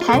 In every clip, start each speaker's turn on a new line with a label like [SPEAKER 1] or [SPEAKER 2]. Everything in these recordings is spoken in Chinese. [SPEAKER 1] 台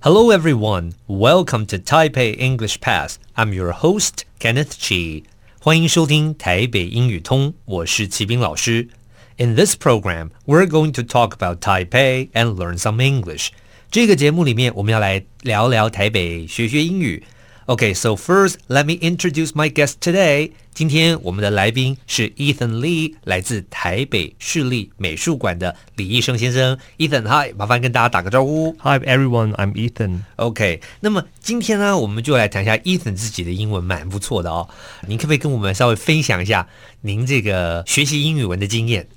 [SPEAKER 2] Hello, everyone. Welcome to Taipei English Pass. I'm your host, Kenneth Chi. 欢迎收听台北英语通，我是齐斌老师。In this program, we're going to talk about Taipei and learn some English. 这个节目里面，我们要来聊聊台北，学学英语。Okay, so first, let me introduce my guest today. 今天我们的来宾是 Ethan Lee，来自台北市立美术馆的李医生先生。Ethan，嗨，麻烦跟大家打个招呼。
[SPEAKER 3] Hi everyone, I'm Ethan.
[SPEAKER 2] OK，那么今天呢，我们就来谈一下 Ethan 自己的英文蛮不错的哦。您可不可以跟我们稍微分享一下您这个学习英语文的经验？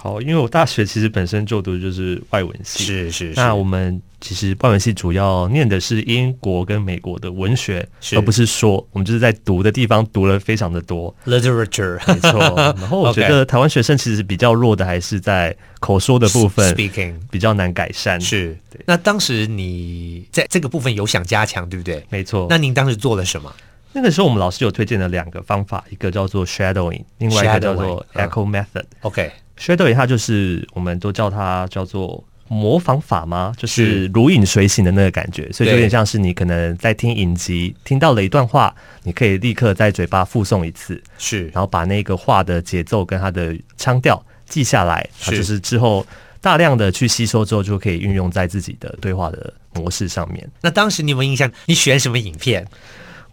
[SPEAKER 3] 好，因为我大学其实本身就读就是外文系，
[SPEAKER 2] 是是是
[SPEAKER 3] 那我们其实外文系主要念的是英国跟美国的文学，
[SPEAKER 2] 是
[SPEAKER 3] 而不是说我们就是在读的地方读了非常的多。
[SPEAKER 2] ，literature，
[SPEAKER 3] 没错，然后我觉
[SPEAKER 2] OK
[SPEAKER 3] 得台湾学生其实比较弱的还是在口说的部分
[SPEAKER 2] speaking
[SPEAKER 3] 比较难改善。，
[SPEAKER 2] 是。那当时你在这个部分有想加强，对不对？
[SPEAKER 3] 没错。
[SPEAKER 2] 那您当时做了什么？
[SPEAKER 3] 那个时候我们老师有推荐了两个方法，一个叫做 shadowing，另外一个叫做
[SPEAKER 2] Shadowing，嗯
[SPEAKER 3] echo method。
[SPEAKER 2] OK，
[SPEAKER 3] Shadow 它就是我们都叫它叫做模仿法吗？就是是如影随形的那个感觉，所以就有
[SPEAKER 2] 对
[SPEAKER 3] 点像是你可能在听影集，听到了一段话，你可以立刻在嘴巴附送一次，
[SPEAKER 2] 是
[SPEAKER 3] 然后把那个话的节奏跟它的腔调记下来，它
[SPEAKER 2] 是
[SPEAKER 3] 就是之后大量的去吸收之后，就可以运用在自己的对话的模式上面。
[SPEAKER 2] 那当时你有没有印象？你选什么影片？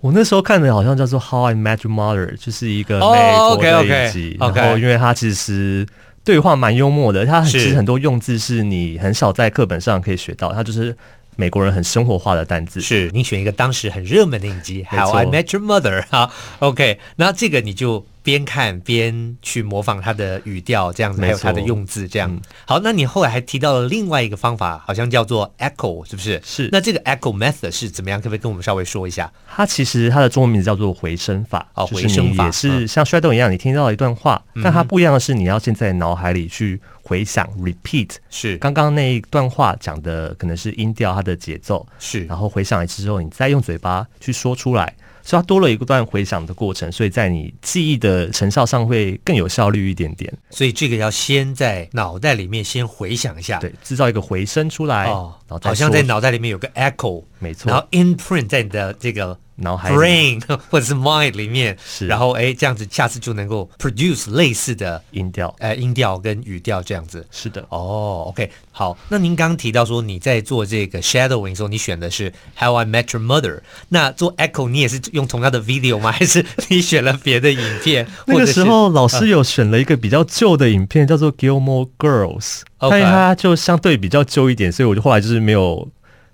[SPEAKER 3] 我那时候看的好像叫做《How I Met Your Mother》，就是一个
[SPEAKER 2] 哦
[SPEAKER 3] 美国的
[SPEAKER 2] OK，OK，
[SPEAKER 3] 影集。
[SPEAKER 2] OK
[SPEAKER 3] 然后，因为它其实对话蛮幽默的，它
[SPEAKER 2] 是
[SPEAKER 3] 其实很多用字是你很少在课本上可以学到，它就是美国人很生活化的单字。
[SPEAKER 2] 是你选一个当时很热门的影集《
[SPEAKER 3] 没错
[SPEAKER 2] How I Met Your Mother》哈。OK，那这个你就边看边去模仿他的语调，这样子，还
[SPEAKER 3] 没
[SPEAKER 2] 有
[SPEAKER 3] 错
[SPEAKER 2] 他的用字，这样。
[SPEAKER 3] 嗯
[SPEAKER 2] 好，那你后来还提到了另外一个方法，好像叫做 Echo，是不是？
[SPEAKER 3] 是
[SPEAKER 2] 那这个 Echo method 是怎么样？可不可以跟我们稍微说一下？
[SPEAKER 3] 它其实它的中文名字叫做回声法，
[SPEAKER 2] 哦
[SPEAKER 3] 就
[SPEAKER 2] 回
[SPEAKER 3] 是
[SPEAKER 2] 声
[SPEAKER 3] 你
[SPEAKER 2] 法嗯
[SPEAKER 3] 也是像摔动一样，你听到一段话，但它不一样的是，你要先在脑海里去回想 repeat
[SPEAKER 2] 是
[SPEAKER 3] 刚刚那一段话讲的可能是音调，它的节奏，
[SPEAKER 2] 是
[SPEAKER 3] 然后回想一次之后，你再用嘴巴去说出来，所以它多了一段回想的过程，所以在你记忆的成效上会更有效率一点点。
[SPEAKER 2] 所以这个要先在脑袋里面先回想一下。
[SPEAKER 3] 对，制造一个回声出来，
[SPEAKER 2] 哦
[SPEAKER 3] 然后，再
[SPEAKER 2] 好像在
[SPEAKER 3] 说
[SPEAKER 2] 脑袋里面有个 echo，
[SPEAKER 3] 没错
[SPEAKER 2] 然后 imprint 在你的这个
[SPEAKER 3] 脑海里
[SPEAKER 2] brain 或者是 mind 里面，
[SPEAKER 3] 是
[SPEAKER 2] 然后哎，这样子下次就能够 produce 类似的
[SPEAKER 3] 音调。
[SPEAKER 2] 呃音调跟语调这样子。
[SPEAKER 3] 是的，
[SPEAKER 2] 哦、o k 好，那您刚刚提到说你在做这个 shadowing 的时候，你选的是 How I Met Your Mother，那做 echo 你也是用同样的 video 吗？ 还是你选了别的影片？
[SPEAKER 3] 那
[SPEAKER 2] 或者
[SPEAKER 3] 个
[SPEAKER 2] 是
[SPEAKER 3] 时候老师有选了一个比较旧的影片，叫做《Gilmore Girls》，但
[SPEAKER 2] OK
[SPEAKER 3] 是它就相对比较旧一点，所以我就后来就是没有
[SPEAKER 2] 没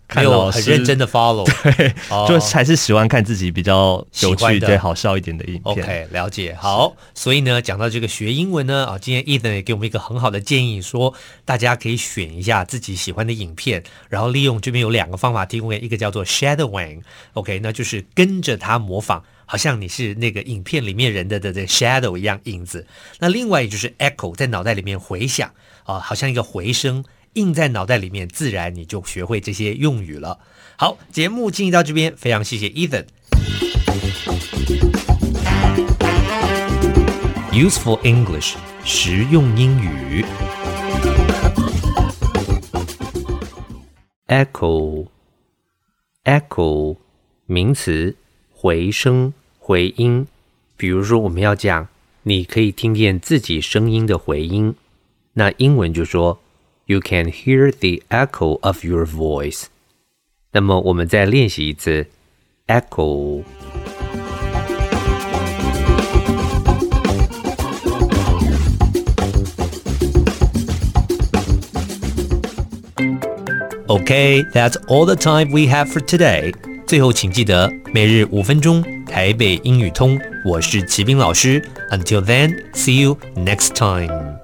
[SPEAKER 3] 看
[SPEAKER 2] 有
[SPEAKER 3] 老
[SPEAKER 2] 很
[SPEAKER 3] 师
[SPEAKER 2] 认真的 follow，
[SPEAKER 3] 对，
[SPEAKER 2] 哦
[SPEAKER 3] 就还是喜欢看自己比较
[SPEAKER 2] 喜
[SPEAKER 3] 有
[SPEAKER 2] 欢
[SPEAKER 3] 趣、
[SPEAKER 2] 的
[SPEAKER 3] 对好笑一点的影片。
[SPEAKER 2] OK，了解。好，所以呢，讲到这个学英文呢，啊，今天 Ethan 也给我们一个很好的建议，说大家可以选一下自己喜欢的影片，然后利用这边有两个方法提供给，一个叫做 shadowing，OK，、那就是跟着他模仿。好像你是那个影片里面人的的的 shadow 一样影子，那另外就是 echo 在脑袋里面回响啊，好像一个回声印在脑袋里面，自然你就学会这些用语了。好，节目进行到这边，非常谢谢 Ethan。Useful English，实用英语。Echo，echo，名词，回声、回音。比如说，我们要讲，你可以听见自己声音的回音，那英文就说，You can hear the echo of your voice。那么，我们再练习一次，echo。Okay, that's all the time we have for today. 最后，请记得每日五分钟台北英语通。我是齐斌老师。Until then, see you next time.